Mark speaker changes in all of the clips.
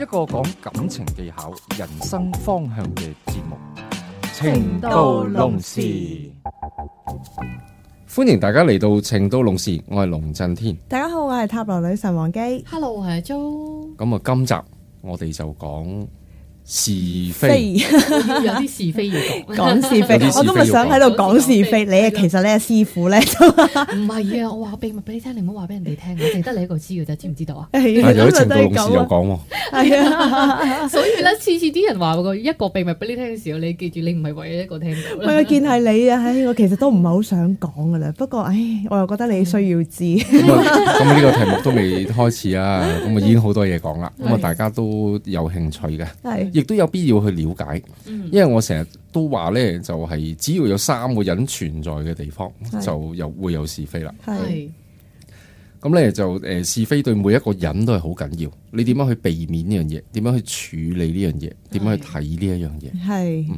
Speaker 1: 一個講感情技巧、人生方向嘅節目《
Speaker 2: 情到濃時》。
Speaker 3: 歡迎大家嚟到情到濃時，我係龍震天。
Speaker 4: 大家好，我係塔羅女神王姬。
Speaker 5: Hello，我係 Jo，
Speaker 3: 咁啊，今集我哋就講是非，
Speaker 5: 有啲是非要講。
Speaker 4: 講是非
Speaker 3: 有啲是非，
Speaker 4: 我今日想喺度講是非。你啊，其實你係師傅咧，就
Speaker 5: 唔係啊，我話秘密俾你聽，你唔好話俾人哋聽， 我淨得你一個知嘅啫，知唔知道啊？
Speaker 4: 係
Speaker 3: 但係有啲情到濃時又
Speaker 4: 咁啊，
Speaker 3: 講喎。
Speaker 4: 係啊。
Speaker 5: 所以咧，次次啲人話個一個秘密俾你聽嘅時候，你記住，你唔係唯一一個聽到
Speaker 4: 喂，
Speaker 5: 啦
Speaker 4: 我。見係你啊，唉，我其實都唔係好想講噶啦，不過唉，我又覺得你需要知，
Speaker 3: 咁啊，咁呢個題目都未開始啊，咁啊已經好多嘢講啦。咁啊，
Speaker 4: 係
Speaker 3: 大家都有興趣嘅，
Speaker 4: 係
Speaker 3: 亦都有必要去了解。
Speaker 5: 嗯
Speaker 3: 因為我成日都話呢，就係只要有三個人存在嘅地方，
Speaker 4: 係
Speaker 3: 就又會有是非啦。
Speaker 4: 係
Speaker 5: 係
Speaker 3: 咁咧就誒、呃是非對每一個人都係好緊要，你點樣去避免呢樣嘢？點樣去處理呢樣嘢？點樣去睇呢一樣嘢？
Speaker 4: 係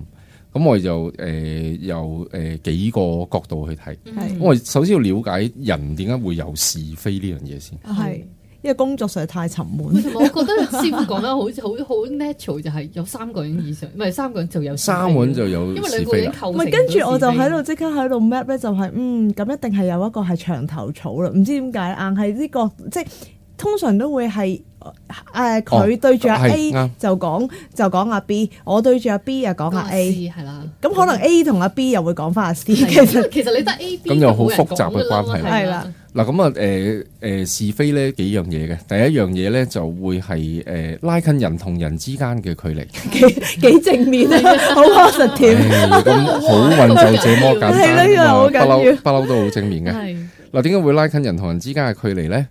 Speaker 3: 咁我哋就誒由誒幾個角度去睇。
Speaker 4: 係
Speaker 3: 咁我哋首先要了解人點解會有是非呢樣嘢先。
Speaker 4: 係，因為工作實在太沉悶，
Speaker 5: 同埋我覺得師傅講得好似好好 natural，就係有三個人以上，唔係三個人就有是非
Speaker 3: 三個人就有
Speaker 5: 因為
Speaker 3: 是啊
Speaker 5: 兩個
Speaker 3: 非
Speaker 5: 人
Speaker 3: 啦。
Speaker 5: 構
Speaker 4: 唔
Speaker 5: 成咗是
Speaker 4: 係
Speaker 5: 非。
Speaker 4: 跟住我就喺度即刻喺度 map 咧，就係嗯咁一定係有一個係長頭草啦，唔知點解硬係呢個即係通常都會係誒佢對住阿
Speaker 3: 哦係
Speaker 4: A
Speaker 3: 啱
Speaker 4: 就講就講阿 B，我對住阿 B 又講
Speaker 5: 講
Speaker 4: 阿
Speaker 5: 下
Speaker 4: A，
Speaker 5: C 係啦。
Speaker 4: 咁可能 A 同阿 B 又會講翻阿 C，其
Speaker 5: 係因
Speaker 4: 實
Speaker 5: 為其實你得 A B
Speaker 3: 咁又好
Speaker 5: 都冇人
Speaker 3: 複雜嘅
Speaker 5: 講㗎啦
Speaker 3: 關係
Speaker 4: 啦係啦。
Speaker 3: 嗱咁啊誒誒是非呢幾樣嘢嘅。第一樣嘢呢，就會係誒、呃拉近人同人之間嘅距 離。
Speaker 4: 幾幾正面啊，好 positive。
Speaker 3: 唉咁好運就這麼簡單，
Speaker 4: 係呢樣好緊要
Speaker 3: 不嬲不嬲都好正面嘅。
Speaker 5: 係
Speaker 3: 嗱，點解會拉近人同人之間嘅距離呢？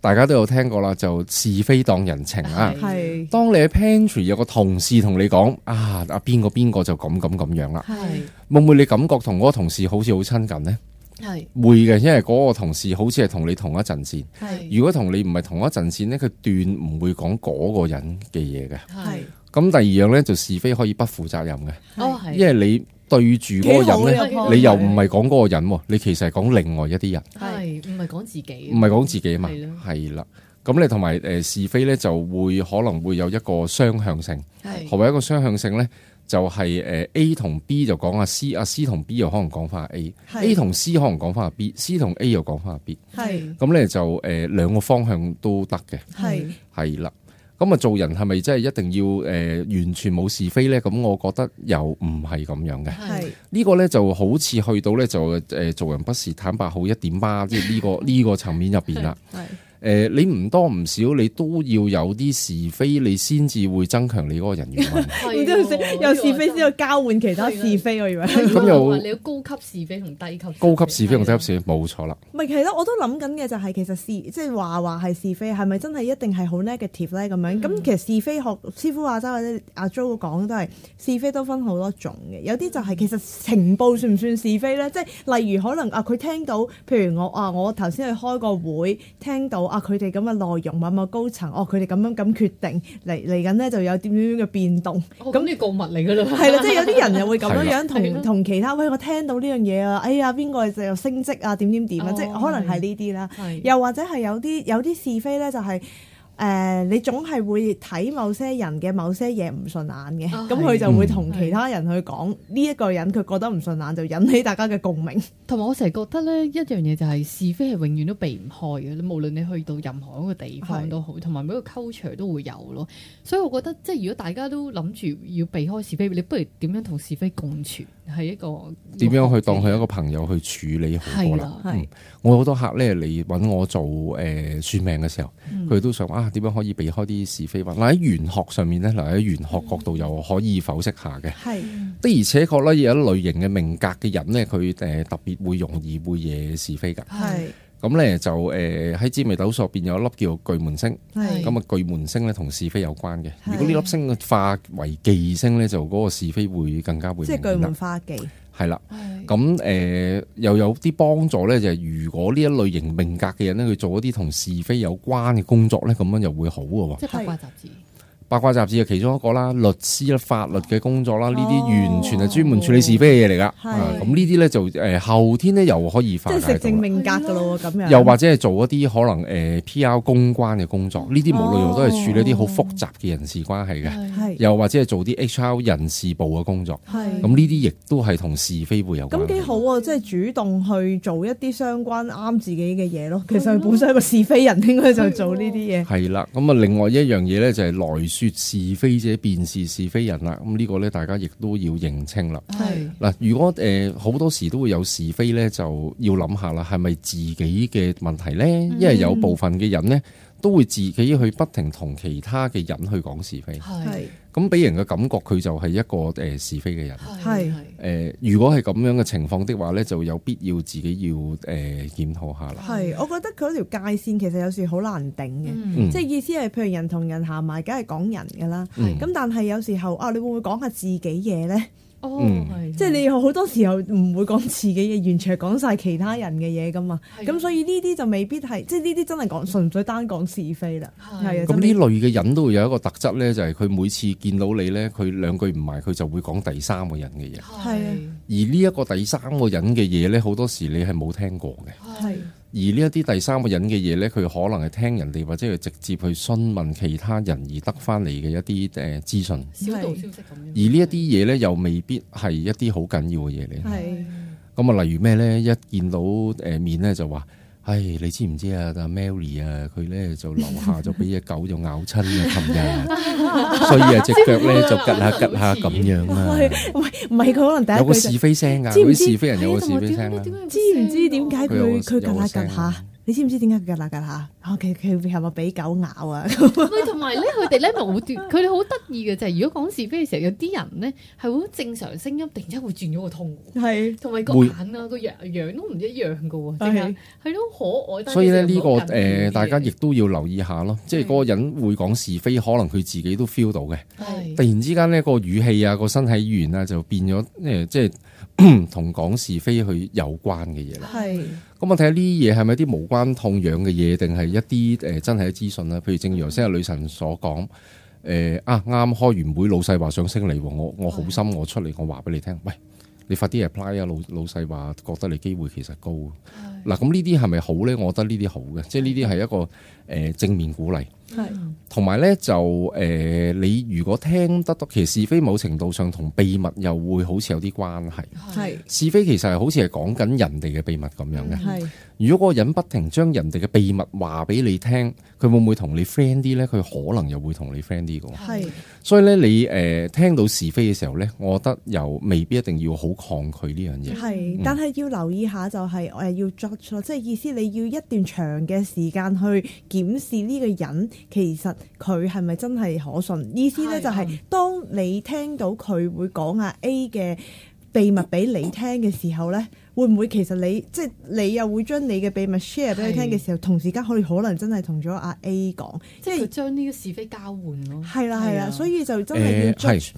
Speaker 3: 大家都有聽過啦，就是非當人情啊。
Speaker 5: 係
Speaker 4: 係
Speaker 3: 當你喺 pantry 有個同事同你講啊，阿邊個邊個就咁咁咁樣啦，
Speaker 5: 係
Speaker 3: 會唔會你感覺同嗰個同事好似好親近呢？
Speaker 5: 係
Speaker 3: 會嘅，因為嗰個同事好似係同你同一陣線。
Speaker 5: 係
Speaker 3: 如果同你唔係同一陣線呢，佢斷唔會講嗰個人嘅嘢嘅。
Speaker 5: 係
Speaker 3: 咁第二樣呢，就是非可以不負責任嘅，
Speaker 5: 哦係啊
Speaker 3: 因為你對住嗰個人呢，
Speaker 4: 幾好啊
Speaker 5: 呢
Speaker 4: 呢
Speaker 3: 你又唔係講嗰個人喎，你其實係講另外一啲人。
Speaker 5: 係唔係講自己？
Speaker 3: 唔係講自己嘛
Speaker 5: 啊係咯，
Speaker 3: 係啦。咁你同埋誒是非呢，就會可能會有一個雙向性。
Speaker 5: 係
Speaker 3: 何為一個雙向性呢？就係誒 A 同 B 就講阿 C，阿 C 同 B 又可能講翻阿 A，A 同 C 可能講翻阿 B，C 同 A 又講翻阿 B。
Speaker 4: 係
Speaker 3: 咁咧就誒兩個方向都得嘅，
Speaker 4: 係
Speaker 3: 係啦。咁啊，做人係咪真係一定要誒、呃完全冇是非呢？咁我覺得又唔係咁樣嘅。
Speaker 4: 係
Speaker 3: 呢個呢就好似去到呢，就誒、呃做人不是坦白好一點吧，即係呢個呢個層面入邊啦。
Speaker 4: 係
Speaker 3: 誒、你唔多唔少，你都要有啲是非，你先至會增強你嗰個人緣運。
Speaker 4: 然之後先有是非之後交換其他是非，我以為
Speaker 3: 咁又
Speaker 5: 咁又 你要高級是非同低級
Speaker 3: 高級是非同低級是非，冇錯啦。
Speaker 4: 唔係其實我都諗緊嘅就係其實是即係話話係是非係咪真係一定係好 negative 咧咁
Speaker 5: 嗯
Speaker 4: 樣？咁其實是非學師傅話齋或者阿 Jo 講都係是非都分好多種嘅，有啲就係其
Speaker 5: 嗯
Speaker 4: 實情報算唔算是非咧？即係例如可能啊，佢聽到譬如我啊，我頭先去開個會聽到啊，佢哋咁嘅內容某某高層哦，佢哋咁樣咁決定嚟
Speaker 5: 嗯
Speaker 4: 嚟緊咧就有點點點嘅變動。
Speaker 5: 哦咁你告密嚟㗎啦，
Speaker 4: 係啦，即係有啲人又會咁樣樣
Speaker 5: 係
Speaker 4: 同
Speaker 5: 咯
Speaker 4: 同其他，喂，我聽到呢樣嘢啊，哎呀，邊個就又升職啊，點點點啊，
Speaker 5: 哦
Speaker 4: 即係可能係呢啲啦。
Speaker 5: 係
Speaker 4: 又或者係有啲有啲是非咧，就係誒，你總係會睇某些人嘅某些嘢唔順眼嘅，
Speaker 5: 啊
Speaker 4: 咁
Speaker 5: 係
Speaker 4: 佢就會同
Speaker 5: 嗯
Speaker 4: 其他人去講呢一個人佢覺得唔順眼，就引起大家嘅共鳴。
Speaker 5: 同埋我成日覺得咧，一樣嘢就係是非係永遠都避唔開嘅。你無論你去到任何一個地
Speaker 4: 係
Speaker 5: 方都好，同埋每一個 culture 都會有咯。所以我覺得即係如果大家都諗住要避開是非，你不如點樣同是非共存係一個
Speaker 3: 點樣去當佢一個朋友去處理好過
Speaker 5: 係
Speaker 3: 啦。
Speaker 5: 啦，
Speaker 4: 係
Speaker 3: 我好多客呢，你揾我做誒、呃算命嘅時候，
Speaker 4: 嗯
Speaker 3: 佢都想啊點樣可以避開啲是非話。嗱喺玄學上面呢，嗱喺玄學角度又可以剖析下嘅。
Speaker 4: 係
Speaker 3: 的而且確
Speaker 5: 嗯
Speaker 3: 啦，有一類型嘅命格嘅人呢，佢誒、呃特別會容易會惹是非㗎。
Speaker 4: 係
Speaker 3: 咁咧就誒喺紫微斗數入邊有一粒叫做巨門星，
Speaker 5: 係
Speaker 3: 咁啊巨門星咧同是非有關嘅。
Speaker 4: 嗯係
Speaker 3: 如果呢粒星化為忌星咧，就嗰個是非會更加會
Speaker 4: 即
Speaker 3: 明
Speaker 4: 係巨
Speaker 3: 顯啦
Speaker 4: 門。花忌，
Speaker 3: 係啦，
Speaker 5: 係
Speaker 3: 咁誒、呃又有啲幫助咧，就係、如果呢一類型命格嘅人咧，佢做一啲同是非有關嘅工作咧，咁樣又會好嘅喎。
Speaker 5: 即係八卦雜誌，
Speaker 3: 八卦雜誌係其中一個啦，律師啦、法律嘅工作啦，呢啲
Speaker 4: 哦
Speaker 3: 完全係專門處理是非嘅嘢嚟㗎。
Speaker 4: 係
Speaker 3: 啊咁呢啲咧就誒、呃、後天咧又可以
Speaker 4: 即
Speaker 3: 化
Speaker 4: 係
Speaker 3: 解
Speaker 4: 食
Speaker 3: 到
Speaker 4: 正
Speaker 3: 啦。
Speaker 4: 命格噶咯喎，咁樣
Speaker 3: 又或者係做一啲可能誒、呃 P.R. 公關嘅工作，呢啲無論如何都係處理一啲好複雜嘅人事關係嘅，
Speaker 5: 係
Speaker 4: 係
Speaker 3: 又或者係做啲 H.R. 人事部嘅工作，
Speaker 4: 係
Speaker 5: 嗯
Speaker 3: 咁呢啲亦都係同是非會有關
Speaker 4: 咁
Speaker 3: 係。
Speaker 4: 幾好喎！即係主動去做一啲相關啱自己嘅嘢咯。其
Speaker 5: 嗯
Speaker 4: 實佢本身係一個是非人，應該就做呢啲嘢。
Speaker 3: 係啦，咁啊，另外一樣嘢咧就係來說是非者，便是是非人啦。咁呢個咧，大家亦都要認清啦。
Speaker 5: 係
Speaker 3: 嗱，如果誒好、多時都會有是非咧，就要諗下啦，係咪自己嘅問題咧？因為有部分嘅人咧都會自己去不停同其他嘅人去講是非，
Speaker 5: 係
Speaker 4: 係
Speaker 3: 咁俾人嘅感覺佢就係一個誒、呃是非嘅人。
Speaker 5: 係係
Speaker 3: 誒、如果係咁樣嘅情況的話咧，就有必要自己要誒、呃、檢討下啦。
Speaker 4: 係，我覺得佢嗰條界線其實有時好難定嘅。
Speaker 5: 嗯
Speaker 3: 嗯
Speaker 4: 即係意思係，譬如人同人行埋，梗係講人噶啦。
Speaker 3: 嗯
Speaker 4: 咁、但係有時候啊，你會唔會講下自己嘢呢？
Speaker 5: 哦
Speaker 3: 嗯
Speaker 5: 係
Speaker 4: 即係你好多時候唔會講自己嘢，完全係講晒其他人嘅嘢噶嘛。
Speaker 5: 係
Speaker 4: 咁所以呢啲就未必係，即係呢啲真係講純粹單講是非啦。
Speaker 5: 係
Speaker 4: 係啊，
Speaker 3: 咁
Speaker 4: 真
Speaker 3: 呢
Speaker 4: 係
Speaker 3: 類嘅人都會有一個特質咧，就係佢每次見到你咧，佢兩句唔埋，佢就會講第三個人嘅嘢。
Speaker 5: 係
Speaker 3: 而呢一個第三個人嘅嘢咧，好多時你係冇聽過嘅。
Speaker 4: 啊
Speaker 5: 係
Speaker 3: 而呢一啲第三個人嘅嘢咧，佢可能係聽人哋或者係直接去詢問其他人而得翻嚟嘅一啲誒資訊。
Speaker 5: 小道消息咁樣。而
Speaker 3: 而呢一啲嘢咧，又未必係一啲好緊要嘅嘢嚟。
Speaker 4: 係
Speaker 3: 咁啊，例如咩咧？一見到誒面咧就話。唉，你知唔知啊？阿 Mary 啊，佢咧就樓下就俾只狗就咬親啊，琴日， 所以啊只腳咧就吉下吉下咁樣啊，
Speaker 4: 喂，唔 係佢可能第
Speaker 3: 有
Speaker 4: 一
Speaker 3: 個
Speaker 4: 句就是
Speaker 3: 非聲啊，
Speaker 4: 知
Speaker 3: 嗰
Speaker 4: 唔知
Speaker 3: 啲是
Speaker 5: 哎
Speaker 3: 非人有個是非聲啊。
Speaker 4: 知唔知點解
Speaker 3: 佢有
Speaker 4: 佢佢
Speaker 3: 有個
Speaker 4: 趌下趌
Speaker 3: 聲
Speaker 4: 下
Speaker 3: 啊？
Speaker 4: 你知唔知點解佢趌下趌下？啊，佢佢係咪俾狗咬啊？
Speaker 5: 喂，同埋咧，佢哋咧咪好斷，佢哋好得意嘅就係，如果講是非嘅時候，有啲人咧係好正常聲音，突然之間會轉咗個通嘅喎，
Speaker 4: 係
Speaker 5: 同埋個
Speaker 3: 會
Speaker 5: 眼啊個樣樣都唔一樣嘅喎，
Speaker 4: 係
Speaker 5: 淨係係咯可愛。但係
Speaker 3: 所以咧
Speaker 5: 其實
Speaker 3: 呢個
Speaker 5: 好緊要嘅
Speaker 3: 誒，大家亦都要留意下咯，即係嗰個人會講是非，可能佢自己都 feel 到
Speaker 4: 嗯
Speaker 3: 嘅。突
Speaker 5: 係
Speaker 3: 然之間呢個語氣啊，個身體語言啊，就變咗誒，即係 同講是非去有關嘅嘢啦。
Speaker 4: 係
Speaker 3: 咁我睇下呢啲嘢係咪啲無關痛癢嘅嘢，定係一啲誒、真係嘅資訊啊啦？譬如正如頭先阿女神所講，誒、啊啱開完會，老細話想升你喎，我我好心我出嚟，我話俾你聽，喂，你快啲 apply 啊！老老細話覺得你機會其實高。啊嗱，咁呢啲係咪好呢？我覺得呢啲好嘅，即係呢啲係一個誒、正面鼓勵。
Speaker 4: 係
Speaker 3: 同埋呢，就誒、你如果聽得多，其實是非某程度上同秘密又會好似有啲關係。
Speaker 4: 係
Speaker 3: 是非其實係好似係講緊人哋嘅秘密咁樣嘅。
Speaker 4: 係
Speaker 3: 如果嗰個人不停將人哋嘅秘密話俾你聽，佢會唔會同你 friend 啲呢？佢可能又會同你 friend 啲嘅喎。
Speaker 4: 係
Speaker 3: 所以呢，你誒、聽到是非嘅時候呢，我覺得又未必一定要好抗拒呢樣嘢。
Speaker 5: 嗯
Speaker 4: 係，但係要留意下就係我誒要 judge 咯，即係意思你要一段長嘅時間去檢視呢個人，其實佢係咪真係可信？意思
Speaker 5: 係
Speaker 4: 咧就係
Speaker 5: 嗯
Speaker 4: 當你聽到佢會講啊 A 嘅秘密俾你聽嘅時候咧。會唔會其實你即係你又會將你嘅秘密 share 俾佢聽嘅時候，同時間佢可能真係同咗阿 A 講，
Speaker 5: 即係佢啊將呢個是非交換咯。
Speaker 4: 係啦係啦，所以就真係
Speaker 3: 誒
Speaker 4: 要 judge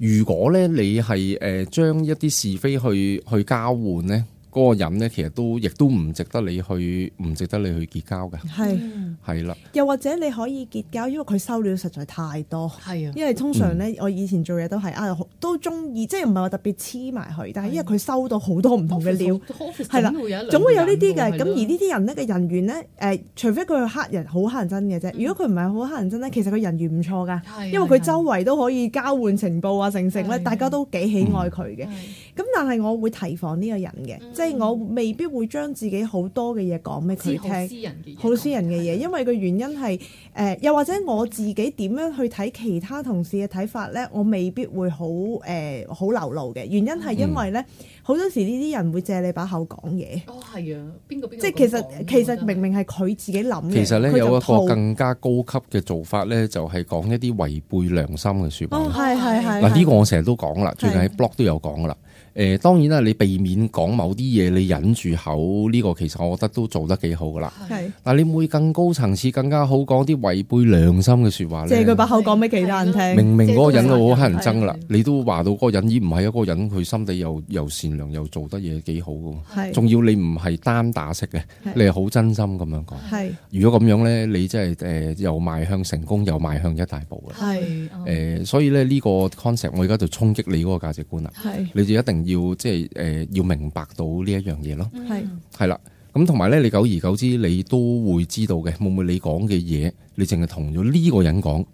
Speaker 3: 呃係、如果咧你係誒、呃、將一啲是非去去交換咧，嗰、個人咧其實都亦都唔值得你去唔值得你去結交嘅，
Speaker 4: 係，
Speaker 3: 係啦。
Speaker 4: 又或者你可以結交，因為佢收料實在太多。
Speaker 5: 係啊，
Speaker 4: 因為通常咧，我以前做嘢都係啊，好都中意，即係唔係話特別黐埋佢，但係因為佢收到好多唔同嘅料，
Speaker 5: 係
Speaker 4: 係啦
Speaker 5: 啦
Speaker 4: 總會有呢啲嘅。咁而呢啲人咧嘅人緣咧，誒、除非佢係黑人好黑人憎嘅啫。
Speaker 5: 嗯
Speaker 4: 如果佢唔係好黑人憎咧，其實佢人緣唔錯㗎，
Speaker 5: 啲
Speaker 4: 因為佢周圍都可以交換情報啊，成成咧，
Speaker 5: 係
Speaker 4: 大家都幾喜愛佢嘅。
Speaker 5: 嘅
Speaker 4: 咁、但係我會提防呢個人嘅，
Speaker 5: 嗯
Speaker 4: 即係我未必會將自己好多嘅嘢講俾佢
Speaker 5: 知好
Speaker 4: 聽。
Speaker 5: 私人嘅嘢，
Speaker 4: 好私人嘅啊嘢，因為個原因係誒、呃又或者我自己點樣去睇其他同事嘅睇法呢？我未必會好誒好流露嘅。原因係因為呢，好、多時呢啲人會借你把口講嘢，
Speaker 5: 哦，係啊，邊個邊個
Speaker 4: 嗯即係其
Speaker 5: 咁講
Speaker 4: 實其
Speaker 5: 真
Speaker 4: 實
Speaker 5: 係
Speaker 4: 明明係佢自己諗嘅，
Speaker 3: 其實咧
Speaker 4: 嗯佢就
Speaker 3: 有一
Speaker 4: 套
Speaker 3: 個更加高級嘅做法咧，就係、講一啲違背良心嘅説話。
Speaker 4: 哦，係係係
Speaker 3: 嗱，呢個
Speaker 4: 個
Speaker 3: 我成日都講啦，最近喺
Speaker 4: 係
Speaker 3: blog 都有講噶啦。誒、誒、當然啦，你避免講某啲嘢，你忍住口呢、個，其實我覺得都做得幾好噶啦。
Speaker 4: 係
Speaker 3: 但你會更高層次、更加好講啲違背良心嘅説話
Speaker 4: 借佢
Speaker 3: 咧。
Speaker 4: 把口講俾其他人聽，
Speaker 3: 明明嗰個人好乞人
Speaker 5: 借
Speaker 3: 憎
Speaker 5: 佢把
Speaker 3: 啦
Speaker 5: 口，
Speaker 3: 你都話到嗰個人，咦唔係啊？嗰個人佢心地又又善良，又做得嘢幾好噶喎。
Speaker 4: 係
Speaker 3: 仲要你唔係單打式嘅，你係好真心咁樣講。
Speaker 4: 係
Speaker 3: 如果咁樣呢，你真係誒又邁向成功，又邁向一大步嘅。
Speaker 5: 係啱
Speaker 3: 誒、所以咧呢個 concept，我而家就衝擊你嗰個價值觀啦。
Speaker 4: 係
Speaker 3: 你就一定要即係誒要明白到呢一樣嘢咯。
Speaker 4: 係
Speaker 3: 係啦，咁同埋呢，你久而久之你都會知道嘅，會唔會你講嘅嘢，你淨係同咗呢個人講，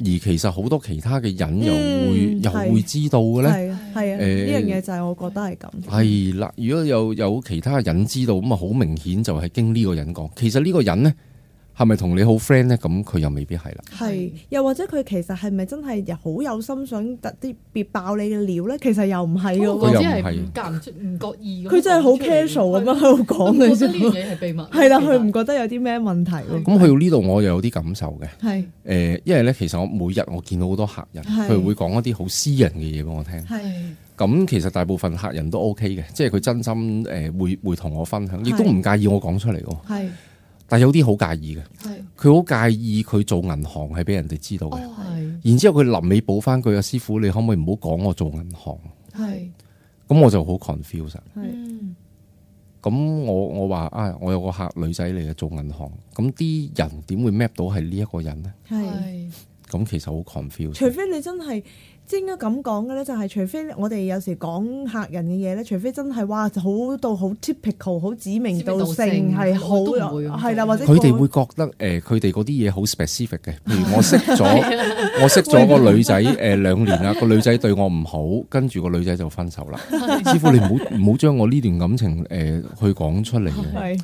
Speaker 3: 而其實好多其他嘅人又會、
Speaker 4: 嗯
Speaker 3: 又
Speaker 4: 係
Speaker 3: 會知道嘅呢。
Speaker 4: 係啊係
Speaker 3: 誒
Speaker 4: 啊，呢樣嘢就係我覺得係咁，
Speaker 3: 系啦，如果有有其他人知道咁啊，好明顯就係經呢個人講。其實呢個人呢，係咪同你好 friend 呢？咁佢又未必係啦。
Speaker 4: 係又或者佢其實係咪真係好有心想特啲別爆你嘅料咧？其實又唔係
Speaker 5: 我
Speaker 3: 佢又
Speaker 5: 只
Speaker 4: 喎，
Speaker 5: 係
Speaker 3: 唔係
Speaker 5: 間唔出唔覺哦意咁樣講出嚟。
Speaker 4: 佢真係好 casual 咁樣喺度講
Speaker 5: 佢
Speaker 4: 嘅
Speaker 5: 覺得呢樣
Speaker 4: 啫，
Speaker 5: 嘢係秘密。
Speaker 4: 係啦，
Speaker 5: 其實
Speaker 4: 佢唔覺得有啲咩問題喎，
Speaker 3: 咁去到呢度，我又有啲感受嘅。
Speaker 4: 係
Speaker 3: 诶、因為呢，其實我每日我見到好多客人，
Speaker 4: 係
Speaker 3: 佢會講一啲好私人嘅嘢俾我聽。
Speaker 5: 係
Speaker 4: 係
Speaker 3: 咁其實大部分客人都 OK 嘅，即係佢真心诶、誒會会同我分享，亦都唔介意我講出嚟喎。
Speaker 4: 係
Speaker 3: 但有啲好介意嘅，
Speaker 5: 係
Speaker 3: 佢好介意佢做銀行係俾人哋知道嘅。
Speaker 5: 哦係
Speaker 3: 然之后佢臨尾補翻句啊，師傅你可唔可以唔好講我做銀行？
Speaker 5: 係
Speaker 3: 咁我就好 confuse 啦。
Speaker 4: 係
Speaker 5: 嗯
Speaker 3: 咁我我話啊，我有個客女仔嚟嘅做銀行，咁啲人點會 map 到係呢一個人呢？
Speaker 4: 係。
Speaker 5: 係
Speaker 3: 咁其實好 confuse。
Speaker 4: 除非你真係，即係應該咁講嘅咧，就係、除非我哋有時講客人嘅嘢咧，除非真係哇好到好 typical、好指名道姓，係好
Speaker 5: 指名道姓我都唔會咁
Speaker 4: 係啦，或者
Speaker 3: 佢哋
Speaker 4: 個
Speaker 3: 會覺得誒，佢哋嗰啲嘢好 specific 嘅，譬如我識咗我識咗個女仔誒兩年啦，個女仔對我唔好，跟住個女仔就分手啦。師傅你唔好唔好將我呢段感情誒去講出嚟 喎。
Speaker 4: 係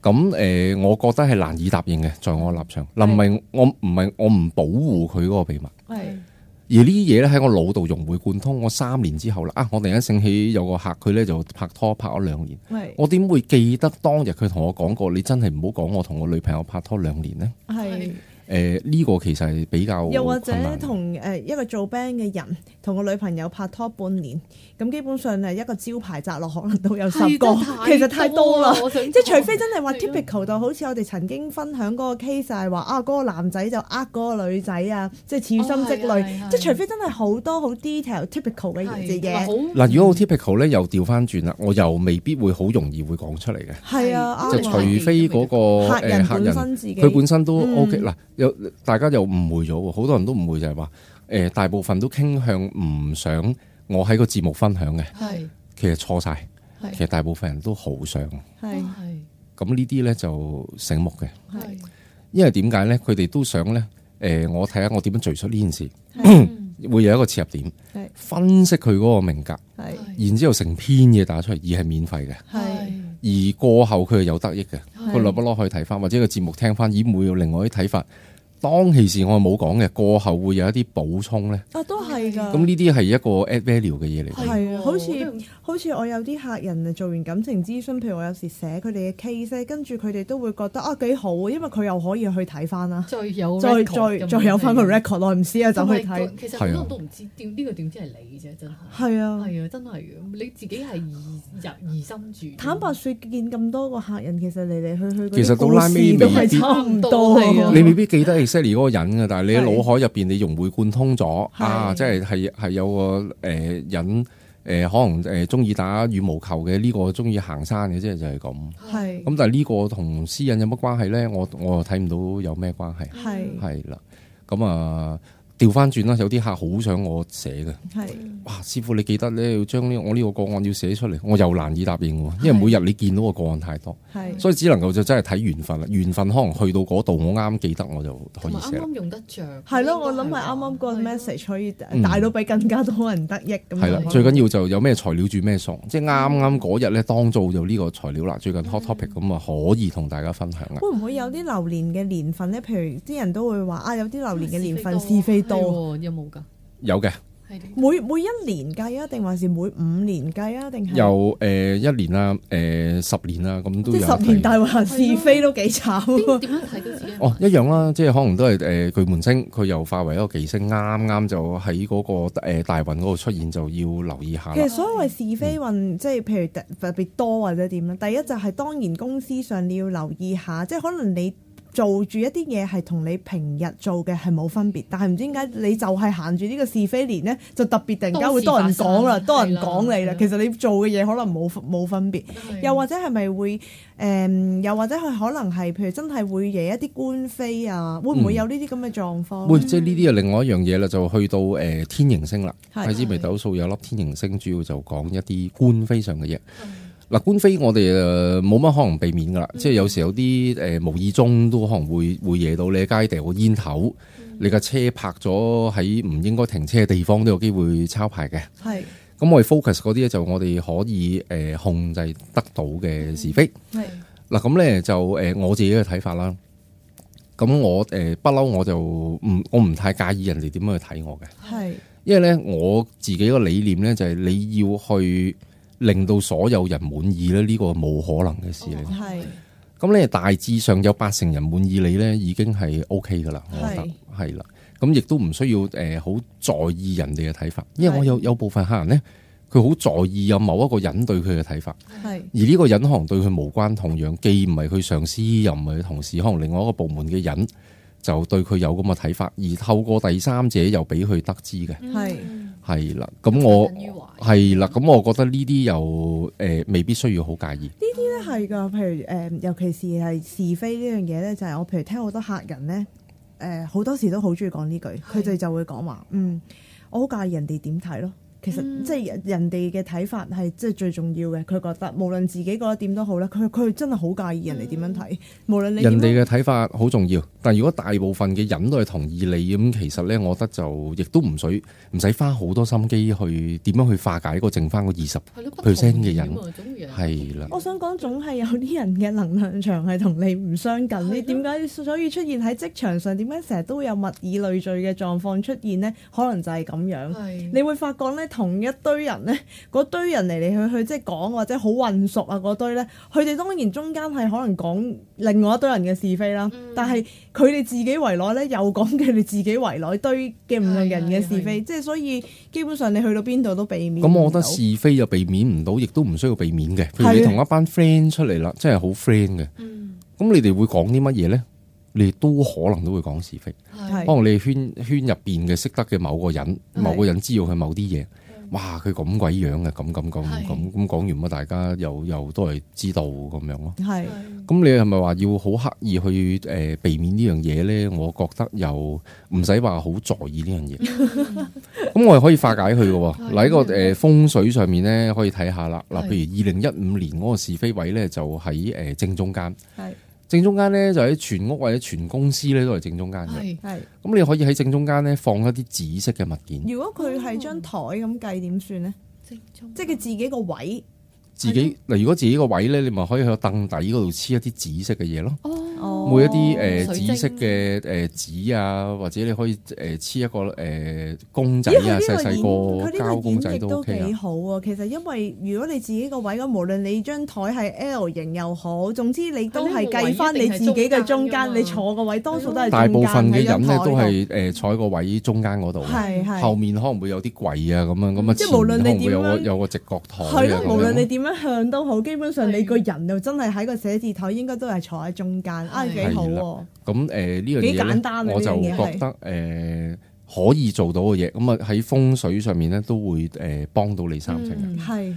Speaker 3: 咁誒，我覺得係難以答應嘅，在我立場。嗱，唔係我唔係我唔保護佢嗰個秘密。
Speaker 4: 係
Speaker 3: 而呢啲嘢咧喺我腦度融會貫通，我三年之後啦，啊，我突然間醒起有個客，佢咧就拍拖拍咗兩年，
Speaker 4: 係
Speaker 3: 我點會記得當日佢同我講過，你真係唔好講我同我女朋友拍拖兩年呢？
Speaker 4: 係。
Speaker 3: 誒、呢、個其實係比較
Speaker 4: 又或者
Speaker 3: 困難
Speaker 4: 同誒一個做 band 嘅人同個女朋友拍拖半年，咁基本上呃誒一個招牌摘落可能都有十
Speaker 5: 係
Speaker 4: 個
Speaker 5: 真係，
Speaker 4: 其實太多啦。
Speaker 5: 我想講
Speaker 4: 即係除非真係話
Speaker 5: 係咯
Speaker 4: typical 到好似我哋曾經分享嗰個 case 就係話啊，嗰、個男仔就呃嗰個女仔啊，即係處心積
Speaker 5: 哦係
Speaker 4: 慮。
Speaker 5: 啊係啊
Speaker 4: 即係除非真係好多好 detail typical 嘅嘢
Speaker 5: 係
Speaker 4: 嘢，
Speaker 5: 好
Speaker 3: 嗱。如果好 typical 咧，又調翻轉啦，我又未必會好容易會講出嚟嘅，
Speaker 4: 係啊，
Speaker 5: 哦
Speaker 3: 就
Speaker 4: 啱啊
Speaker 3: 除非嗰、個
Speaker 4: 客
Speaker 3: 誒
Speaker 4: 人
Speaker 3: 客
Speaker 4: 本
Speaker 3: 人
Speaker 4: 身自己
Speaker 3: 佢本身都
Speaker 4: 嗯
Speaker 3: OK 嗱、有大家又誤會咗喎，好多人都誤會就係話誒，大部分都傾向唔想我喺個節目分享嘅，
Speaker 5: 係
Speaker 3: 其實錯晒。
Speaker 5: 係
Speaker 3: 其實大部分人都好想，
Speaker 4: 係
Speaker 5: 係
Speaker 3: 咁呢啲呢就醒目嘅，
Speaker 5: 係
Speaker 3: 因為點解呢？佢哋都想呢，誒、我睇下我點樣敍述呢件事，會有一個切入點
Speaker 4: 係，
Speaker 3: 分析佢嗰個名格，
Speaker 4: 係
Speaker 3: 然之後成篇嘢打出嚟，而係免費嘅，
Speaker 4: 係
Speaker 5: 係
Speaker 3: 而過後佢係有得益嘅，
Speaker 5: 係
Speaker 3: 佢落不落去睇翻，或者個節目聽翻，咦會有另外啲睇法。當其時我係冇講嘅，過後會有一啲補充呢。
Speaker 5: 哦
Speaker 4: 啊都係㗎。
Speaker 3: 咁呢啲係一個 add value 嘅嘢嚟嘅。
Speaker 4: 係啊
Speaker 5: 喎
Speaker 4: 好似
Speaker 5: 都唔
Speaker 4: 好似我有啲客人做完感情諮詢，譬如我有時寫佢哋嘅 case 咧跟住佢哋都會覺得啊幾好，因為佢又可以去睇翻啦，
Speaker 5: 再有
Speaker 4: 再
Speaker 5: 哦 record
Speaker 4: 再
Speaker 5: 咁
Speaker 4: 再有翻個
Speaker 5: 樣
Speaker 4: record，我唔知啊，就去睇。。
Speaker 5: 其實好多人都唔知點呢個點知係你啫，真係。
Speaker 4: 係啊，
Speaker 5: 係啊，真係嘅，你自己係疑入疑心住。
Speaker 4: 坦白說，見咁多個客人，其實嚟嚟去去嗰啲
Speaker 3: 其實到
Speaker 4: 故
Speaker 3: 拉尾
Speaker 4: 事都
Speaker 3: 未
Speaker 4: 係
Speaker 3: 必
Speaker 4: 差唔
Speaker 5: 都係啊
Speaker 4: 多，
Speaker 3: 你未必記得 exactly 嗰個人嘅，但係你喺
Speaker 4: 係
Speaker 3: 腦海入邊你融會貫通咗
Speaker 4: 係
Speaker 3: 啊，即係係係有個誒、呃人誒、呃可能誒中意打羽毛球嘅，呢、個中意行山嘅，即係就係咁。
Speaker 5: 嗯
Speaker 4: 係啊
Speaker 3: 咁但係呢個同私隱有乜關係咧？我我又睇唔到有咩關係，
Speaker 5: 嗯
Speaker 4: 係
Speaker 3: 係啦。咁啊，調翻轉啦，有啲客好想我寫嘅，
Speaker 4: 係
Speaker 3: 哇！師傅你記得咧，要將呢我呢個個案要寫出嚟，我又難以答應喎，因為每日你見到個個案太多，
Speaker 4: 係
Speaker 3: 所以只能夠就真係睇緣分啦。緣分可能去到嗰度，我啱記得我就可
Speaker 5: 同
Speaker 3: 以
Speaker 5: 埋
Speaker 3: 寫
Speaker 5: 啱
Speaker 3: 啦。
Speaker 5: 啱用得着。
Speaker 4: 係咯，
Speaker 5: 應該
Speaker 4: 我諗係
Speaker 5: 話
Speaker 4: 啱啱個
Speaker 5: 係咯
Speaker 4: message 可以
Speaker 3: 嗯
Speaker 4: 帶到俾更加多人得益咁樣。嗯
Speaker 3: 係啦，最緊要就有咩材料煮咩餸，即係啱啱嗰日咧當造就呢個材料啦。最近 hot topic 咁啊，可以同大家分享啦。
Speaker 4: 會唔會有啲榴蓮嘅年份咧？譬如啲人都會話啊，有啲榴蓮嘅年份
Speaker 5: 是
Speaker 4: 是非
Speaker 5: 多
Speaker 4: 多，
Speaker 5: 係喎有冇㗎？
Speaker 3: 有嘅，
Speaker 5: 係點
Speaker 4: 每每一年計啊，定還是每五年計啊，定係
Speaker 3: 有诶一年啦，诶十年啦，咁都
Speaker 4: 即
Speaker 3: 有
Speaker 4: 係
Speaker 3: 睇。
Speaker 4: 十年大話是非都幾慘啊
Speaker 5: 邊
Speaker 4: 喎。
Speaker 5: 點樣睇到自己？
Speaker 3: 哦，一樣啦，即係可能都係誒巨門星，佢又化為一個忌星，啱啱就喺嗰、個、呃、大運嗰度出現，就要留意下
Speaker 4: 其
Speaker 3: 啦
Speaker 4: 實。所謂是非運，即係譬如特特別多或者點咧，第一就係當然公司上你要留意下，即係可能你。做住一啲嘢係同你平日做嘅係冇分別，但係唔知點解你就係行住呢個是非年呢，就特別突然間會多人講啦，
Speaker 5: 多事
Speaker 4: 多人
Speaker 5: 發生
Speaker 4: 講你
Speaker 5: 係
Speaker 4: 啦
Speaker 5: 啦。
Speaker 4: 其實你做嘅嘢可能冇冇分別。又或者係咪會誒、又或者佢可能係譬如真係會惹一啲官非啊？會唔會有呢啲咁嘅狀況？
Speaker 3: 會即係呢啲又另外一樣嘢啦，就去到誒、呃天刑星啦。
Speaker 4: 係
Speaker 3: 喺紫微斗數有粒天刑星，主要就講一啲官非上嘅嘢。嗱，官非我哋誒冇乜可能避免噶啦，即係有時有啲誒、呃、無意中都可能會會惹到你喺街掉個煙頭，你架車泊咗喺唔應該停車嘅地方都有機會抄牌嘅。
Speaker 4: 係
Speaker 3: 咁我哋 focus 嗰啲咧就我哋可以誒、呃控制得到嘅是非。
Speaker 4: 係
Speaker 3: 嗱咁咧就誒、呃我自己嘅睇法啦。咁我誒不嬲我就唔我唔太介意人哋點樣去睇我嘅，
Speaker 4: 係
Speaker 3: 因為咧我自己個理念咧就係、你要去令到所有人滿意咧，呢、個冇可能嘅事嚟嘅。
Speaker 4: 係
Speaker 3: 咁咧大致上有八成人滿意你咧已經係 O K 噶啦，我覺得
Speaker 4: 係
Speaker 3: 係啦。咁亦都唔需要誒好、在意人哋嘅睇法，因為我有有部分客人咧，佢好在意有某一個人對佢嘅睇法，
Speaker 4: 係
Speaker 3: 而呢個人可能對佢無關同樣，既唔係佢上司，又唔係佢同事，可能另外一個部門嘅人就對佢有咁嘅睇法，而透過第三者又俾佢得知嘅，
Speaker 4: 係
Speaker 3: 係啦。咁我
Speaker 5: 耿耿於懷
Speaker 3: 係啦，咁我覺得呢啲又誒未必需要好介意。
Speaker 4: 都係㗎。譬如誒、尤其是係是非呢樣嘢咧，就係、我譬如聽好多客人咧，誒、好多時都好中意講呢句，佢哋就會講話嗯，我好介意人哋點睇咯。其實、
Speaker 5: 嗯
Speaker 4: 即係人哋嘅睇法係即係最重要嘅，佢覺得無論自己覺得點都好啦，佢佢真係好介意人哋點樣睇，無論你點啊
Speaker 3: 人
Speaker 4: 樣
Speaker 3: 哋嘅睇法好重要，但如果大部分嘅人都係同意你咁，其實呢，我覺得就亦都唔使唔使花好多心機去點樣去化解個剩翻嗰二十
Speaker 5: 係咯
Speaker 3: percent 嘅人
Speaker 5: 不同意啊嘛總有人
Speaker 3: 係啦。
Speaker 4: 我想講，總係有啲人嘅能量場係同你唔相近，
Speaker 5: 咯
Speaker 4: 你點解所以出現喺職場上點解成日都會有物以類聚嘅狀況出現呢？可能就係咁樣。
Speaker 5: 係
Speaker 4: 你會發覺咧，同一堆人咧，嗰堆人嚟嚟去去，即係講或者好混熟啊嗰堆咧，佢哋當然中間係可能講另外一堆人嘅是
Speaker 5: 嗯
Speaker 4: 非啦，但係佢哋自己圍內咧又講佢哋自己圍內堆嘅唔同人嘅是非，即係所以基本上你去到邊度都避免唔
Speaker 3: 咁
Speaker 4: 到。
Speaker 3: 我覺得是非就避免唔到，亦都唔需要避免嘅。譬如
Speaker 4: 係
Speaker 3: 你
Speaker 4: 啊
Speaker 3: 同一班 friend 出嚟啦，真係好 friend 嘅，咁、你哋會講啲乜嘢呢？你哋都可能都會講是非，可
Speaker 4: 係
Speaker 3: 能你圈圈入邊嘅識得嘅某個人，
Speaker 4: 係
Speaker 3: 某個人知道佢某啲嘢，哇！佢咁鬼樣嘅，咁咁咁
Speaker 5: 嗯係
Speaker 3: 咁咁講完乜，大家又又都係知道咁樣咯。
Speaker 4: 係
Speaker 3: 咁你係咪話要好刻意去誒、呃避免呢樣嘢呢？我覺得又唔使話好在意呢樣嘢。 咁我係可以化解佢嘅喎。
Speaker 5: 係
Speaker 3: 嗱喺個誒風水上面呢，可以睇下啦。嗱，
Speaker 5: 係
Speaker 3: 譬如二零一五年嗰個是非位呢，就喺誒正中間。
Speaker 4: 係
Speaker 3: 正中間呢，就喺全屋或者全公司呢，都係正中間嘅。
Speaker 5: 係
Speaker 4: 係。
Speaker 3: 咁你可以喺正中間呢，放一啲紫色嘅物件，
Speaker 4: 如果佢係張台咁計點算呢？
Speaker 5: 正宗
Speaker 4: 即係佢自己個位
Speaker 3: 自己嗱。如果自己個位呢，你咪可以喺個凳底嗰度黐一啲紫色嘅嘢咯。
Speaker 5: 哦，
Speaker 4: 哦
Speaker 3: 每一啲誒呃
Speaker 5: 水
Speaker 3: 紫色
Speaker 5: 晶
Speaker 3: 嘅誒紙啊，或者你可以誒黐一個誒公仔
Speaker 4: 咦
Speaker 3: 啊，細
Speaker 4: 佢
Speaker 3: 細個
Speaker 4: 呢個演佢
Speaker 3: 膠公
Speaker 4: 呢個
Speaker 3: 仔
Speaker 4: 演繹
Speaker 3: 都
Speaker 4: 都
Speaker 3: OK 啊
Speaker 4: 幾。好啊！其實因為如果你自己個位咁，無論你張台係 L 型又好，總之你都係計翻你自己嘅
Speaker 5: 係呢個
Speaker 4: 中
Speaker 5: 位一定係中
Speaker 4: 間，啊
Speaker 5: 間㗎嘛
Speaker 4: 你坐個位多數都係
Speaker 3: 大部分嘅人
Speaker 4: 中
Speaker 3: 咧
Speaker 4: 啊間喺張台
Speaker 3: 都係誒坐喺個位中間嗰度
Speaker 4: 度
Speaker 3: 嘅，
Speaker 4: 係
Speaker 3: 後
Speaker 4: 係
Speaker 3: 面可能會有啲櫃啊咁樣，咁啊
Speaker 4: 即係
Speaker 3: 前面
Speaker 4: 無論
Speaker 3: 可
Speaker 4: 你
Speaker 3: 能會有
Speaker 4: 點
Speaker 3: 個
Speaker 4: 樣
Speaker 3: 有個直角台啊
Speaker 4: 係咯，無論你
Speaker 3: 咁樣。
Speaker 4: 點樣向都好，基本上你
Speaker 5: 係
Speaker 4: 個人就真係喺個寫字台，應該都係坐喺中間，啊
Speaker 5: 係
Speaker 4: 幾好喎！
Speaker 3: 咁誒呢樣
Speaker 4: 幾簡
Speaker 3: 嘢
Speaker 4: 單啊
Speaker 3: 咧，
Speaker 4: 呢
Speaker 3: 我就
Speaker 4: 樣嘢
Speaker 3: 覺得呃誒可以做到嘅嘢，咁啊喺風水上面咧都會誒幫到你三成嘅。
Speaker 5: 嗯
Speaker 4: 係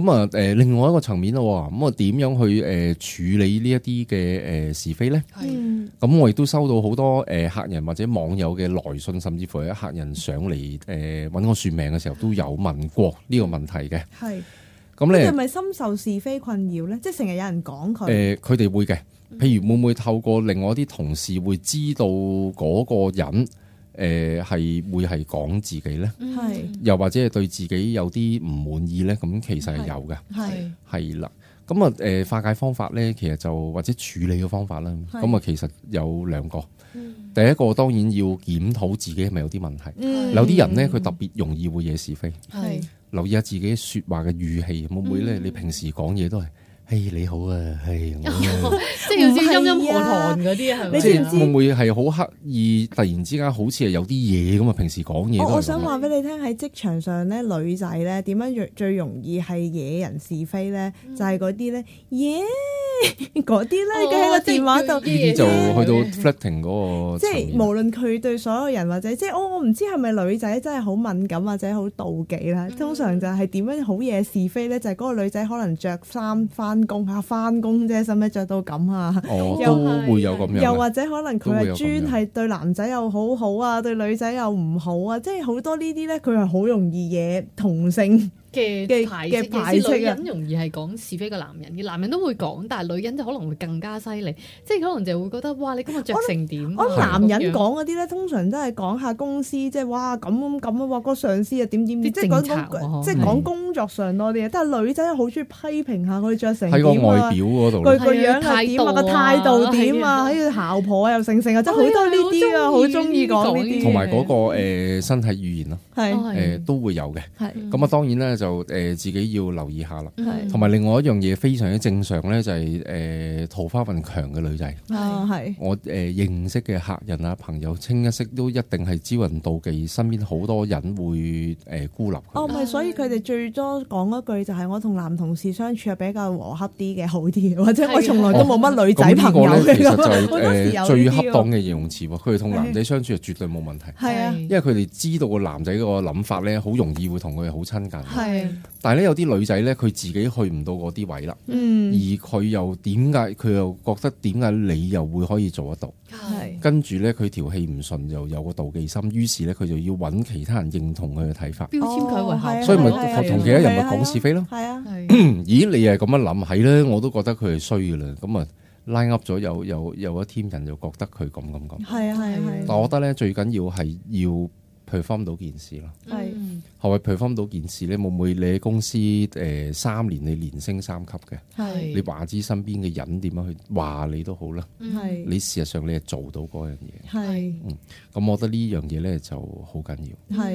Speaker 3: 咁啊誒另外一個層面啦喎，咁啊點樣去誒處理呢一啲嘅誒呃是非咧？
Speaker 4: 嗯
Speaker 5: 係
Speaker 3: 咁我亦都收到好多誒、呃客人或者網友嘅來信，甚至乎有客人上嚟誒揾我算命嘅時候，都有問過呢個問題嘅。
Speaker 4: 係，
Speaker 3: 咁
Speaker 4: 你
Speaker 3: 咧
Speaker 4: 係咪深受是非困擾咧？即係成日有人講
Speaker 3: 誒，
Speaker 4: 佢。
Speaker 3: 呃佢哋、會嘅，譬如會唔會透過另外一啲同事會知道嗰個人誒係、會係講自己呢？
Speaker 5: Ừ.
Speaker 4: 係
Speaker 3: 又或者係對自己有啲唔滿意呢？咁其實係有嘅，
Speaker 4: 係
Speaker 5: 係
Speaker 3: 係啦。咁啊誒化解方法咧，其實就或者處理嘅方法啦。
Speaker 4: 係
Speaker 3: 咁啊，其實有兩個。第一個當然要檢討自己係咪有啲問題。
Speaker 4: 嗯
Speaker 3: 有啲人咧，佢特別容易會惹是非。
Speaker 5: 係
Speaker 3: 留意下自己説話嘅語氣，會唔會
Speaker 4: 嗯
Speaker 3: 咧？你平時講嘢都係，嘿你好啊，嘿我 啊
Speaker 5: 即係好似陰陰寒寒嗰啲係咪
Speaker 4: 你
Speaker 3: 即
Speaker 4: 知唔
Speaker 3: 係
Speaker 4: 知
Speaker 3: 會唔會係好刻意？突然之間好似係有啲嘢咁啊！平時講嘢都
Speaker 4: 我我
Speaker 3: 係
Speaker 4: 想
Speaker 3: 咁
Speaker 4: 話俾你聽，喺職場上咧，女仔咧點樣最最容易係惹人是非咧，就係嗰啲咧耶 嗰啲咧，佢喺個電話
Speaker 3: 呢
Speaker 4: 度。
Speaker 3: 啲就去到 flirting 嗰個
Speaker 4: 即
Speaker 3: 層面
Speaker 4: 係無論佢對所有人或者即係我我唔知係咪女仔真係好敏感或者好妒忌啦。通常就係點樣好嘢是非咧，就係、嗰個女仔可能着衫翻工嚇，翻工啫，使唔使着到咁啊？
Speaker 3: 哦
Speaker 5: 又係
Speaker 3: 都會有咁樣
Speaker 4: 又
Speaker 3: 嘅。
Speaker 4: 或者可能佢係專係對男仔又好好啊，對女仔又唔好啊，即係好多呢啲咧，佢係好容易惹同性。
Speaker 3: 嗯
Speaker 5: 嘅
Speaker 4: 嘅
Speaker 5: 排
Speaker 4: 嘅
Speaker 5: 斥，
Speaker 4: 排
Speaker 5: 尤其是女
Speaker 4: 斥啊
Speaker 5: 人容易係講是非嘅男人嘅，男人都會講，但係女人就可能會更加犀利，即係可能就會覺得哇，你今日着成點啊？
Speaker 4: 我諗男
Speaker 5: 咁樣
Speaker 4: 人講嗰啲咧，通常都係講下公司，即係哇咁咁咁啊，哇個上司啊點點點，
Speaker 5: 啲
Speaker 4: 即係
Speaker 5: 政
Speaker 4: 講
Speaker 5: 策喎
Speaker 4: 講即係講工作上多啲嘢。啊但係女仔好中意批評下佢着成
Speaker 3: 喺個
Speaker 4: 點
Speaker 3: 外
Speaker 4: 啊，
Speaker 3: 表嗰度
Speaker 4: 佢
Speaker 3: 咧，
Speaker 4: 個樣啊點啊，個態度點啊，喺度姣婆啊又成成啊，即係好多呢啲啊，好中意講呢啲
Speaker 3: 同埋
Speaker 4: 嘢。
Speaker 3: 嗰個誒身體語言啦，啊
Speaker 4: 係嗯
Speaker 5: 哦
Speaker 3: 誒都會有嘅。
Speaker 4: 係
Speaker 3: 咁啊，當然咧就誒自己要留意下啦。
Speaker 5: 嗯
Speaker 3: 同埋另外一樣嘢非常之正常咧，就係誒桃花運強嘅女仔，
Speaker 4: 啊係
Speaker 3: 我誒認識嘅客人啊、朋友、清一色都一定係招人妒忌，身邊好多人會誒孤立
Speaker 4: 哦，
Speaker 3: 佢。
Speaker 4: 咪所以佢哋最多講一句就係我同男同事相處係比較和洽啲嘅，好啲嘅，或者我從來都冇乜女仔
Speaker 3: 哦咁呢
Speaker 4: 朋
Speaker 3: 個
Speaker 4: 友
Speaker 3: 咧，
Speaker 4: 嘅
Speaker 3: 其實就
Speaker 4: 咁，好多時
Speaker 3: 係
Speaker 4: 有
Speaker 3: 誒
Speaker 4: 呢
Speaker 3: 最
Speaker 4: 啲
Speaker 3: 恰
Speaker 4: 喎
Speaker 3: 當嘅形容詞喎。佢哋同男仔相處係絕對冇問題，
Speaker 4: 係啊，
Speaker 3: 因為佢哋知道個男仔個諗法咧，好容易會同佢哋好親近。
Speaker 4: 係
Speaker 3: 但係咧，有啲女仔咧，佢自己去唔到嗰啲位啦，而
Speaker 4: 嗯
Speaker 3: 佢又點解佢又覺得點解你又會可以做得到？
Speaker 5: 係
Speaker 3: 跟住咧，佢條氣唔順，又有個妒忌心，於是咧，佢就要揾其他人認同佢嘅睇法，
Speaker 5: 標籤佢為校
Speaker 4: 哦
Speaker 5: 友
Speaker 3: 所以咪
Speaker 4: 係啊
Speaker 3: 同
Speaker 4: 係啊
Speaker 3: 其他人咪
Speaker 4: 係啊
Speaker 3: 講是非咯。
Speaker 4: 係啊。
Speaker 5: 係
Speaker 3: 嗯咦，你又係咁樣諗，係咧，我都覺得佢係衰嘅啦。咁啊，拉噏咗有有有一 team 人就覺得佢咁咁咁。
Speaker 4: 係啊係啊係
Speaker 3: 但
Speaker 4: 啊，
Speaker 3: 我覺得咧，最緊要係要 perform 到件事啦。
Speaker 5: Ừ.
Speaker 4: 係
Speaker 5: 嗯
Speaker 3: 係咪 perform 到件事咧？會唔會你喺公司誒、三年你連升三級嘅？
Speaker 4: 啊嗯
Speaker 5: 係
Speaker 3: 你話知身邊嘅人點樣去話你都好啦。
Speaker 5: 係
Speaker 3: 你事實上你係做到嗰樣嘢，
Speaker 4: 係
Speaker 3: 咁我覺得呢樣嘢咧就好緊要。
Speaker 4: 係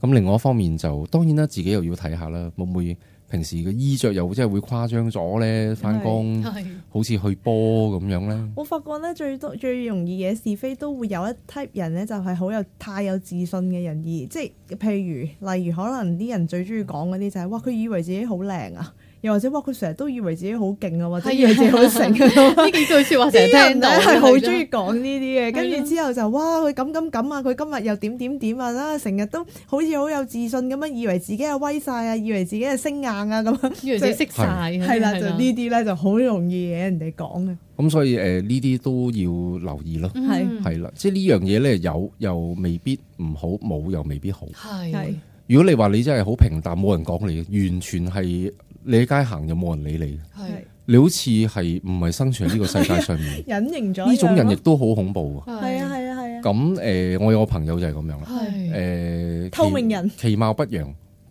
Speaker 3: 咁另外一方面就當然啦，自己又要睇下啦，會唔會平時嘅衣着又即係會誇張咗咧？翻 工
Speaker 5: 係
Speaker 3: 好似去波咁樣咧。
Speaker 4: 我發覺咧最多最容易惹是非都會有一 type 人咧，就係好有太有自信嘅人，而即係譬如例如可能啲人最中意講嗰啲就係、哇佢以為自己好靚啊，又或者哇佢成日都以為自己好勁啊，或者以為自己好成啊。
Speaker 5: 呢幾句説話成日
Speaker 4: 啲人
Speaker 5: 聽
Speaker 4: 咧
Speaker 5: 到，
Speaker 4: 係好中意
Speaker 5: 意
Speaker 4: 講呢啲嘅，跟
Speaker 5: 啊係啊
Speaker 4: 住之後就哇佢咁咁咁啊，佢今日又點點點啊啦，成日都好似好有自信咁樣，啊以為自己係威晒啊，以為自己係星硬啊咁樣，
Speaker 5: 以為自己識晒嗰啲
Speaker 4: 係啦，就
Speaker 5: 係啊
Speaker 4: 呢啲咧就好容易惹人哋講啊嘅，
Speaker 3: 咁所以誒呢啲都要留意咯。
Speaker 5: 嗯
Speaker 3: 係啦，即係呢樣嘢咧有又未必唔好，冇又未必好。
Speaker 5: 係
Speaker 4: 係
Speaker 3: 如果你話你真係好平淡，冇人講你嘅，完全係你喺街行又冇人理你，
Speaker 5: 係
Speaker 3: 你好似係唔係生存喺呢個世界上 面？
Speaker 4: 隱形咗
Speaker 3: 呢種人亦
Speaker 4: 係
Speaker 3: 都好恐怖啊！
Speaker 4: 啊係啊係啊，
Speaker 3: 咁誒、我有個朋友就係咁樣啦，誒、
Speaker 5: 係
Speaker 3: 其
Speaker 4: 嗯透明人
Speaker 3: 其貌不揚，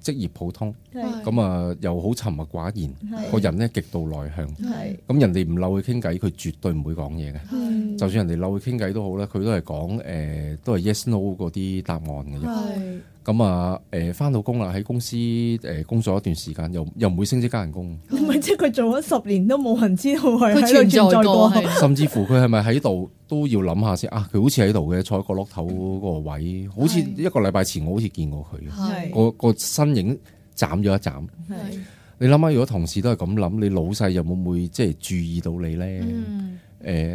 Speaker 3: 職業普通，
Speaker 4: 係
Speaker 3: 咁啊又好沉默寡言，
Speaker 4: 係
Speaker 3: 個人咧極度內向。
Speaker 4: 係
Speaker 3: 咁人哋唔嬲佢傾偈，佢絕對唔會講嘢嘅。
Speaker 5: 係
Speaker 3: 就算人哋嬲佢傾偈都好啦，佢都係講誒，都係 yes no 嗰啲答案嘅啫。
Speaker 5: 係
Speaker 3: 咁啊誒，翻到工啦，喺公司誒工作一段時間，又又唔會升職加人工，
Speaker 4: 唔係即係佢做咗十年都冇人知道佢喺
Speaker 5: 佢
Speaker 4: 度
Speaker 5: 存
Speaker 4: 存
Speaker 5: 在
Speaker 4: 在
Speaker 5: 過
Speaker 4: 過，
Speaker 5: 係
Speaker 3: 甚至乎佢係咪喺度都要諗下先啊？佢好似喺度嘅，坐喺角落頭嗰個位，好似
Speaker 5: 係
Speaker 3: 一個禮拜前我好似見過佢嘅，
Speaker 5: 係
Speaker 3: 個個身影斬咗一斬。
Speaker 5: 係
Speaker 3: 你諗下，如果同事都係咁諗，你老細又會唔會即係注意到你咧？誒、
Speaker 5: 嗯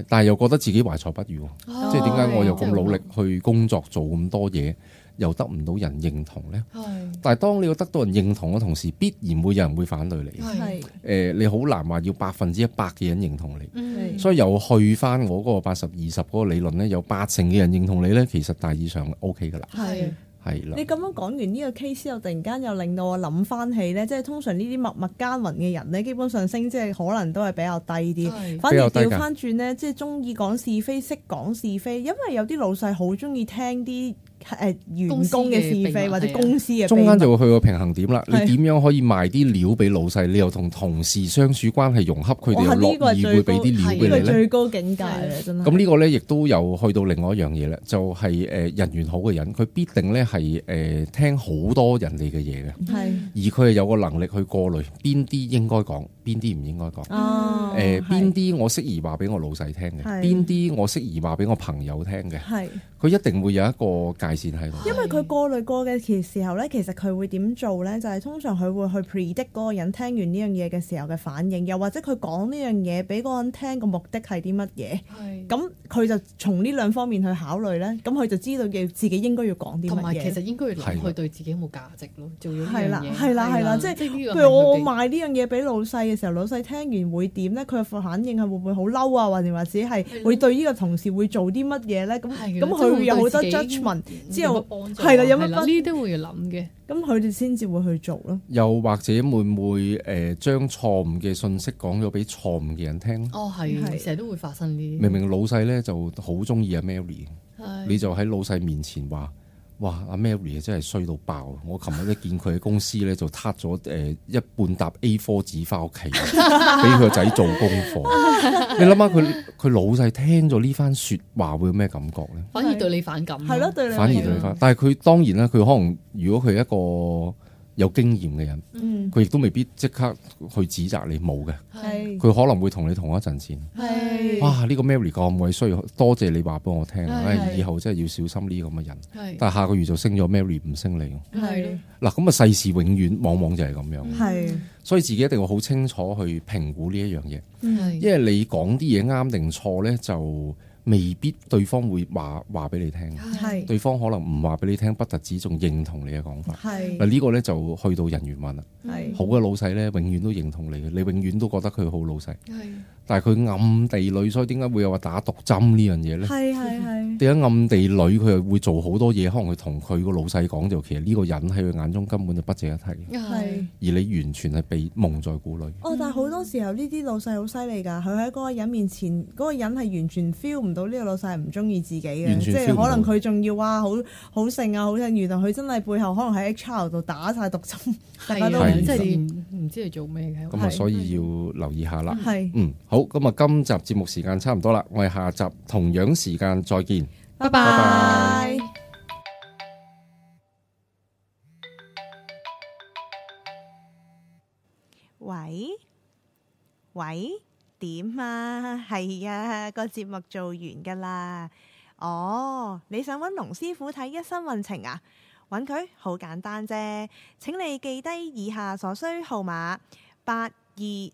Speaker 3: 但係又覺得自己懷才不遇喎。即係點
Speaker 4: 哦
Speaker 3: 解我又咁努力去工作做咁多嘢，又得唔到人認同呢？
Speaker 5: 係
Speaker 3: 但係當你要得到人認同嘅同時，必然會有人會反對你。誒、
Speaker 5: 係
Speaker 4: 係
Speaker 3: 你好難話要百分之一百嘅人認同你，
Speaker 5: 嗯
Speaker 3: 所以又去翻我嗰個八十二十嗰個理論呢，有八成嘅人認同你呢，其實大致上 O K 噶啦，
Speaker 5: 係
Speaker 3: 係啦
Speaker 4: 你。咁樣講完呢個 case 又突然間又令到我諗翻起咧，即係通常呢啲默默耕耘嘅人咧，基本上升職可能都係比較低啲。
Speaker 5: 係
Speaker 4: 反
Speaker 3: 比較
Speaker 4: 而
Speaker 3: 低㗎
Speaker 4: 調翻轉咧，即係中意講是非，識講是非，因為有啲老細好中意聽啲誒員
Speaker 5: 公司
Speaker 4: 工嘅
Speaker 5: 嘅秘
Speaker 4: 是
Speaker 5: 密
Speaker 4: 非或者
Speaker 5: 係啊
Speaker 4: 公司嘅
Speaker 3: 中間
Speaker 4: 秘密
Speaker 3: 就會去個平衡點啦。你
Speaker 4: 係
Speaker 3: 點樣可以賣啲料俾老細？你又同同事相處關係融洽，佢哋又
Speaker 4: 哇呢個
Speaker 3: 樂
Speaker 4: 係
Speaker 3: 意
Speaker 4: 最
Speaker 3: 會俾啲料
Speaker 5: 高
Speaker 3: 俾
Speaker 4: 呢個
Speaker 3: 你咧。
Speaker 4: 最高境界啦，真係。
Speaker 3: 咁呢個咧，亦都有去到另外一樣嘢咧，就係、誒、人緣好嘅人，佢必定咧係誒聽好多人哋嘅嘢嘅，
Speaker 4: 係
Speaker 3: 而佢係有個能力去過濾邊啲應該講，邊啲唔應該講。
Speaker 4: 啊，
Speaker 3: 誒
Speaker 4: 係
Speaker 3: 邊啲我適宜話俾我老細聽嘅，
Speaker 4: 係
Speaker 3: 邊啲我適宜話俾我朋友聽嘅，
Speaker 4: 係。
Speaker 3: 佢一定會有一個界線喺度。
Speaker 4: 因為佢過濾過嘅其時候咧，其實佢會點做咧？就係、通常佢會去 predict 嗰個人聽完呢樣嘢嘅時候嘅反應，又或者佢講呢樣嘢俾嗰個人聽個目的係啲乜嘢？
Speaker 5: 係
Speaker 4: 咁佢就從呢兩方面去考慮咧，咁佢就知道嘅自己應該要講啲
Speaker 5: 同
Speaker 4: 乜
Speaker 5: 埋其實
Speaker 4: 嘢。
Speaker 5: 應該要諗
Speaker 3: 係啦
Speaker 5: 佢對自己有冇價值咯，做咗呢
Speaker 4: 係
Speaker 5: 樣
Speaker 4: 啦
Speaker 5: 嘢
Speaker 4: 係啦係啦即係
Speaker 5: 係呢個
Speaker 4: 譬
Speaker 5: 係
Speaker 4: 如我我
Speaker 5: 佢哋
Speaker 4: 賣呢樣嘢俾老細嘅時候，老細聽完會點咧？佢嘅反應係會唔會好嬲啊？或者或者係會對呢個同事會做啲乜嘢咧？咁
Speaker 5: 係
Speaker 4: 咁
Speaker 5: 嘅
Speaker 4: 佢會有好多
Speaker 5: 即係對自己嗯
Speaker 4: judgment，之
Speaker 5: 有
Speaker 4: 後
Speaker 5: 乜幫助
Speaker 4: 係啦有乜
Speaker 5: 係
Speaker 4: 幫
Speaker 5: 呢啲會諗嘅，
Speaker 4: 咁佢哋先至會去做咯。
Speaker 3: 又或者會唔會誒將錯誤嘅信息講咗俾錯誤嘅人聽？
Speaker 5: 哦
Speaker 4: 係
Speaker 5: 係，成日都會發生呢啲。
Speaker 3: 明明老細咧就好中意阿 Mary，
Speaker 5: 係
Speaker 3: 你就喺老細面前話：哇，阿 Mary 啊真係衰到爆！啊我琴日咧見佢喺公司咧就撻咗誒一半沓 A4 紙翻屋企，俾佢個仔做功課。你諗下佢佢老細聽咗呢番説話會有咩感覺咧？
Speaker 5: 反而對你反感，
Speaker 4: 係咯，，對你
Speaker 3: 反而
Speaker 4: 嚟
Speaker 3: 對
Speaker 4: 講
Speaker 3: 翻，但係佢當然啦，佢可能如果佢係一個有經驗嘅人，
Speaker 4: 嗯
Speaker 3: 佢亦都未必即刻去指責你冇嘅，
Speaker 5: 係
Speaker 4: 係
Speaker 3: 佢可能會同你同一陣線。
Speaker 5: 嗯係
Speaker 3: 哇！呢、個 Mary 咁鬼衰，多謝你話俾我聽，啊
Speaker 5: 係
Speaker 3: 唉、
Speaker 5: 係
Speaker 3: 以後真係要小心呢啲咁嘅人。
Speaker 5: 係
Speaker 3: 但係下個月就升咗 Mary，唔升你。
Speaker 5: 係咯，
Speaker 3: 嗱，咁啊世事永遠往往就係咁
Speaker 5: 嗯
Speaker 3: 樣，
Speaker 4: 係
Speaker 3: 所以自己一定要好清楚去評估呢一樣嘢，
Speaker 4: 嗯
Speaker 5: 係
Speaker 3: 因為你講啲嘢啱定錯呢，就未必對方會話話俾你聽，
Speaker 5: 嗯
Speaker 4: 係
Speaker 3: 對方可能唔話俾你聽，不特止仲認同你嘅講法。嗱
Speaker 4: 係
Speaker 3: 啊呢個呢，就去到人緣運
Speaker 5: 嗯
Speaker 3: 啦，
Speaker 4: 係
Speaker 3: 好嘅啊老細呢，永遠都認同你嘅，你永遠都覺得佢好老細，
Speaker 5: 係
Speaker 3: 但係佢暗地裏，所以點解會有話打毒針呢樣嘢呢？
Speaker 4: 係係係
Speaker 3: 點解暗地裏佢又會做好多嘢？可能佢同佢個老細講就其實呢個人喺佢眼中根本就不值一提，而
Speaker 5: 係
Speaker 4: 係。
Speaker 3: 你完全係被蒙在鼓裏。
Speaker 4: 哦，但係好多時候呢啲老細好犀利㗎，佢喺嗰個人面前，嗰、個人係完全 feel 唔到呢個老細係唔中意自己
Speaker 3: 完
Speaker 4: 嘅，即
Speaker 3: 全
Speaker 4: 係
Speaker 3: feel 唔到
Speaker 4: 可能佢仲要哇好好性啊好性，原來佢真係背後可能喺 HR 度打晒毒針，大家都
Speaker 5: 啊
Speaker 3: 係
Speaker 5: 即係唔唔知你做咩嘅，
Speaker 3: 咁啊，
Speaker 4: 係
Speaker 3: 所以要留意下啦。
Speaker 4: 係，
Speaker 3: 嗯，好，咁啊，今集節目時間差唔多啦，我哋下集同樣時間再見。
Speaker 4: 拜
Speaker 5: 拜
Speaker 4: 拜。喂喂，點啊？ 係啊，個節目做完噶啦。哦，你想揾龍師傅睇一生運程啊？揾佢好簡單啫。請你記低以下所需號碼八二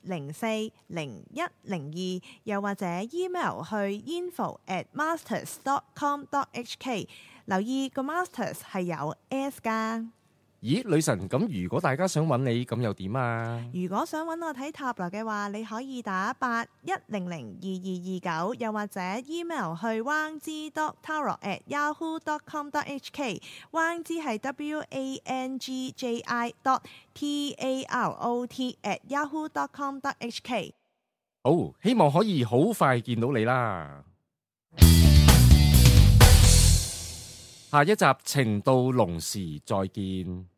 Speaker 4: 零四零一零二，又或者 email 去 info at masters dot com dot hk。留意個 masters 係有 s 㗎。
Speaker 3: 咦，女神，咁如果大家想揾你，咁又點啊？
Speaker 4: 如果想揾我睇塔羅嘅話，你可以打八一零零二二二九，又或者 email 去 wang z dot tarot at yahoo dot com dot hk。wang z 係 w a n g j i dot t a r o t at yahoo dot com dot hk。
Speaker 3: 好，希望可以好快見到你啦。下一集情到濃時再見。